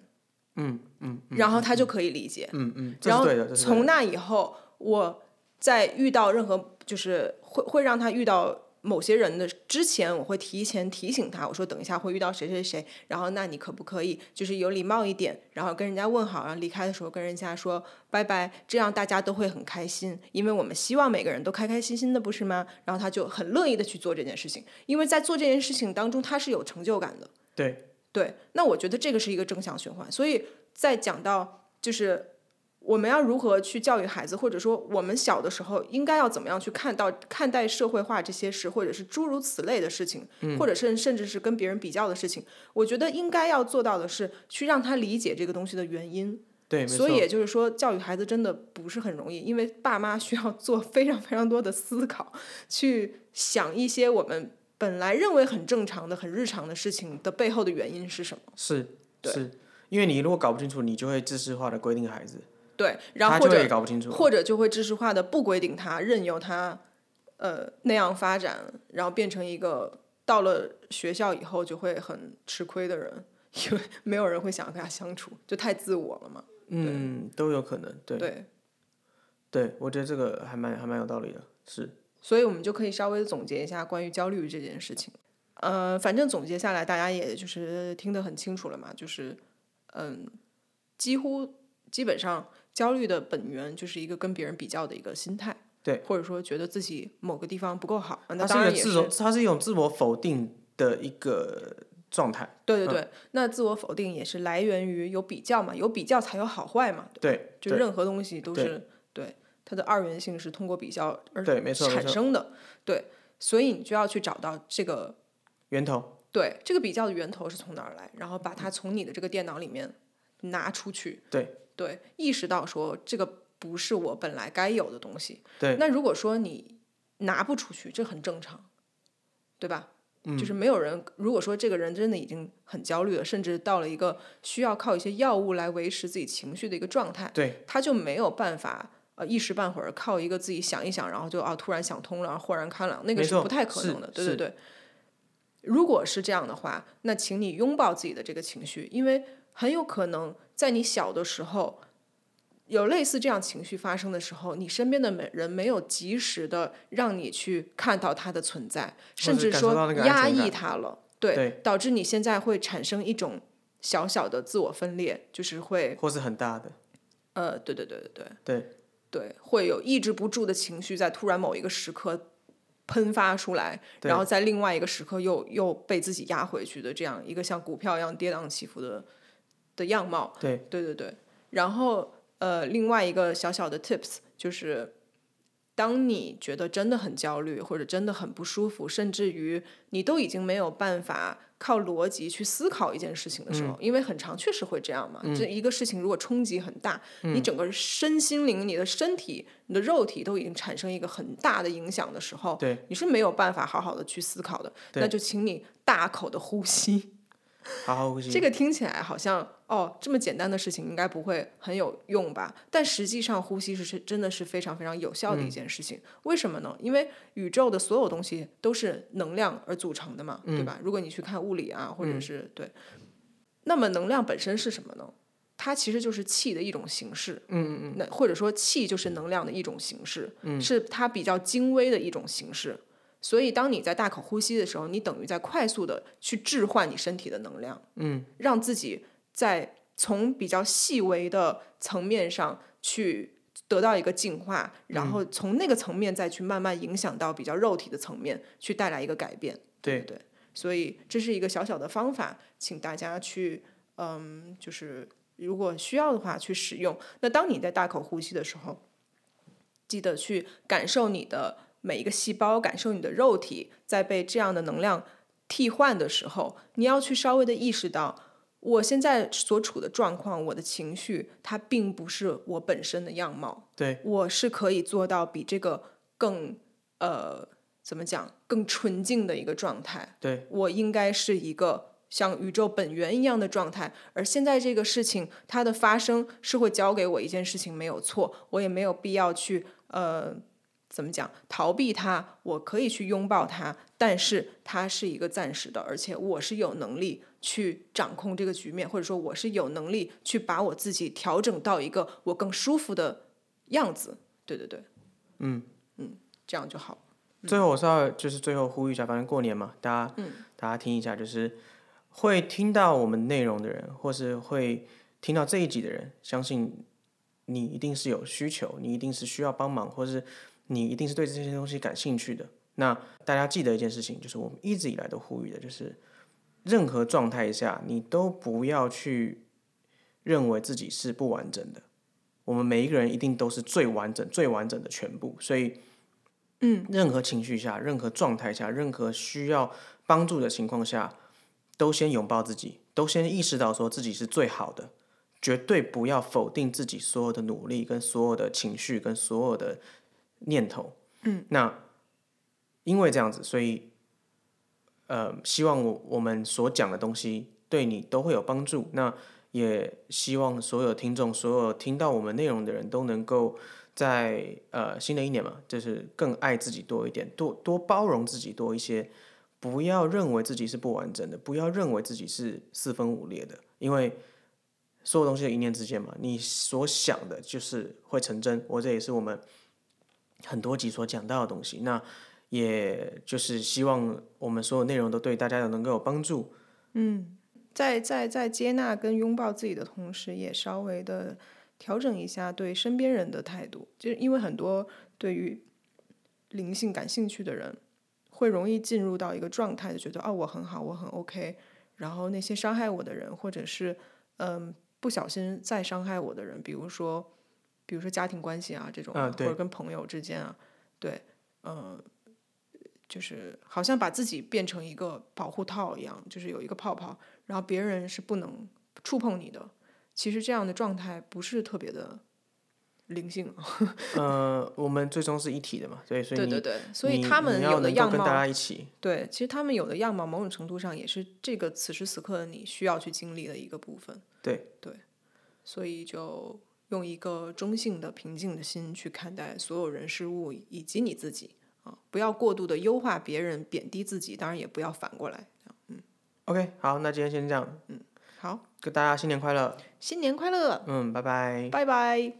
A: 嗯嗯
B: 然后他就可以理解。
A: 嗯嗯，这
B: 然
A: 是
B: 后
A: 对的，这是对
B: 从
A: 的
B: 那以后，我在遇到任何就是会会让他遇到某些人的之前，我会提前提醒他，我说等一下会遇到谁谁谁，然后那你可不可以就是有礼貌一点，然后跟人家问好，然后离开的时候跟人家说拜拜，这样大家都会很开心，因为我们希望每个人都开开心心的，不是吗？然后他就很乐意的去做这件事情，因为在做这件事情当中，他是有成就感的。
A: 对
B: 对，那我觉得这个是一个正向循环。所以在讲到就是我们要如何去教育孩子，或者说我们小的时候应该要怎么样去看到看待社会化这些事，或者是诸如此类的事情，
A: 嗯
B: 或者甚甚至是跟别人比较的事情，我觉得应该要做到的是去让他理解这个东西的原因。
A: 对，没
B: 所
A: 错
B: 以也就是说，教育孩子真的不是很容易，因为爸妈需要做非常非常多的思考，去想一些我们本来认为很正常的、很日常的事情的背后的原因是什么。
A: 是
B: 对
A: 是，因为你如果搞不清楚，你就会自式化的规定孩子，
B: 对，然
A: 他
B: 后或
A: 就
B: 者
A: 会搞不清楚。
B: 或者就会知识化的不规定他，任由他呃那样发展，然后变成一个到了学校以后就会很吃亏的人，因为没有人会想要跟他相处，就太自我了嘛。
A: 嗯，都有可能。对
B: 对，
A: 对，我觉得这个还蛮还蛮有道理的。是，
B: 所以我们就可以稍微总结一下关于焦虑这件事情。呃，反正总结下来，大家也就是听得很清楚了嘛，就是嗯，几乎基本上焦虑的本源就是一个跟别人比较的一个心态，
A: 对，
B: 或者说觉得自己某个地方不够好，啊
A: 它
B: 那
A: 是
B: 当
A: 一个
B: 然也是
A: 自我，它是一种自我否定的一个状态。
B: 对对对，那自我否定也是来源于有比较嘛，有比较才有好坏嘛，
A: 对，
B: 就
A: 对
B: 任何东西都
A: 对
B: 是对它的二元性是通过比较而
A: 对，没错没
B: 产
A: 错，
B: 生的，对，所以你就要去找到这个
A: 源头。
B: 对，这个比较的源头是从哪儿来，然后把它从你的这个电脑里面拿出去。
A: 对
B: 对，意识到说这个不是我本来该有的东西。
A: 对
B: 那如果说你拿不出去，这很正常，对吧？就是
A: 嗯
B: 没有人，如果说这个人真的已经很焦虑了，甚至到了一个需要靠一些药物来维持自己情绪的一个状态，
A: 对
B: 他就没有办法呃一时半会儿靠一个自己想一想，然后就啊突然想通了，然后豁然开朗，那个
A: 没
B: 是
A: 错
B: 不太可
A: 是
B: 能的。对
A: 是
B: 对对。如果是这样的话，那请你拥抱自己的这个情绪，因为很有可能在你小的时候有类似这样情绪发生的时候，你身边的没人没有及时的让你去看到它的存在，甚
A: 嗯是
B: 至
A: 感受
B: 说
A: 到那个安
B: 压
A: 全
B: 抑
A: 感
B: 它了，对，
A: 对
B: 导致你现在会产生一种小小的自我分裂，就是会
A: 或是很大的。
B: 呃，对对对对对。
A: 对
B: 对，会有抑制不住的情绪在突然某一个时刻喷发出来，
A: 对
B: 然后在另外一个时刻又又被自己压回去的这样一个像股票一样跌宕起伏的的样貌。
A: 对
B: 对对对，然后呃，另外一个小小的 tips 就是。当你觉得真的很焦虑，或者真的很不舒服，甚至于你都已经没有办法靠逻辑去思考一件事情的
A: 嗯
B: 时候，因为很长确实会这样嘛。这一个事情如果冲击很大，你
A: 嗯
B: 整个身心灵、你的身体、你的肉体都已经产生一个很大的影响的时候，
A: 对，
B: 你是没有办法好好的去思考的。
A: 对
B: 那就请你大口的呼吸。
A: 好好呼吸。
B: 这个听起来好像哦，这么简单的事情应该不会很有用吧？但实际上，呼吸是是真的是非常非常有效的一件事情。为什么呢？因为宇宙的所有东西都是能量而组成的嘛，嗯对吧？如果你去看物理啊，或者是、对，那么能量本身是什么呢？它其实就是气的一种形式，嗯嗯，那或者说气就是能量的一种形式，嗯，是它比较精微的一种形式。所以，当你在大口呼吸的时候，你等于在快速的去置换你身体的能量，嗯，让自己在从比较细微的层面上去得到一个进化，然后从那个层面再去慢慢影响到比较肉体的层面，去带来一个改变。
A: 对
B: 对，所以这是一个小小的方法，请大家去，嗯，就是如果需要的话去使用。那当你在大口呼吸的时候，记得去感受你的每一个细胞，感受你的肉体在被这样的能量替换的时候，你要去稍微的意识到。我现在所处的状况，我的情绪，它并不是我本身的样貌。
A: 对，
B: 我是可以做到比这个更呃，怎么讲，更纯净的一个状态。
A: 对，
B: 我应该是一个像宇宙本源一样的状态。而现在这个事情，它的发生是会教给我一件事情，没有错，我也没有必要去呃。怎么讲？逃避它，我可以去拥抱它，但是它是一个暂时的，而且我是有能力去掌控这个局面，或者说我是有能力去把我自己调整到一个我更舒服的样子。对对对，
A: 嗯
B: 嗯，这样就好。
A: 最后我是要就是最后呼吁一下，反正过年嘛，大家、大家听一下，就是会听到我们内容的人，或是会听到这一集的人，相信你一定是有需求，你一定是需要帮忙，或是你一定是对这些东西感兴趣的。那大家记得一件事情，就是我们一直以来都呼吁的，就是任何状态下，你都不要去认为自己是不完整的。我们每一个人一定都是最完整、最完整的全部，所以。任何情绪下、任何状态下、任何需要帮助的情况下，都先拥抱自己，都先意识到说自己是最好的，绝对不要否定自己所有的努力、跟所有的情绪、跟所有的念头。嗯，那因为这样子，所以呃，希望我我们所讲的东西对你都会有帮助。那也希望所有听众、所有听到我们内容的人都能够。在呃新的一年嘛，就是更爱自己多一点，多多包容自己多一些，不要认为自己是不完整的，不要认为自己是四分五裂的，因为所有东西的一念之间嘛，你所想的就是会成真。我这也是我们很多集所讲到的东西，那也就是希望我们所有内容都对大家有能够有帮助。
B: 在在在接纳跟拥抱自己的同时，也稍微的调整一下对身边人的态度，就是因为很多对于灵性感兴趣的人，会容易进入到一个状态，就觉得哦我很好，我很 OK，然后那些伤害我的人，或者是嗯不小心再伤害我的人，比如说比如说家庭关系啊这种，
A: 啊
B: 或者跟朋友之间啊，对，嗯。就是好像把自己变成一个保护套一样，就是有一个泡泡，然后别人是不能触碰你的。其实这样的状态不是特别的灵性，
A: 呃，我们最终是一体的嘛，所以所以
B: 对
A: 你
B: 对对，所以
A: 你
B: 他们
A: 你要
B: 有的
A: 能够
B: 样
A: 跟大
B: 貌，
A: 家一起，
B: 对，其实他们有的样貌，某种程度上也是这个此时此刻的你需要去经历的一个部分。
A: 对
B: 对，所以就用一个中性的、平静的心去看待所有人事物以及你自己啊，不要过度的优化别人、贬低自己，当然也不要反过来。
A: OK，好，那今天先这样，
B: 好，
A: 跟大家新年快乐，
B: 新年快乐，
A: 嗯，拜拜。
B: 拜拜。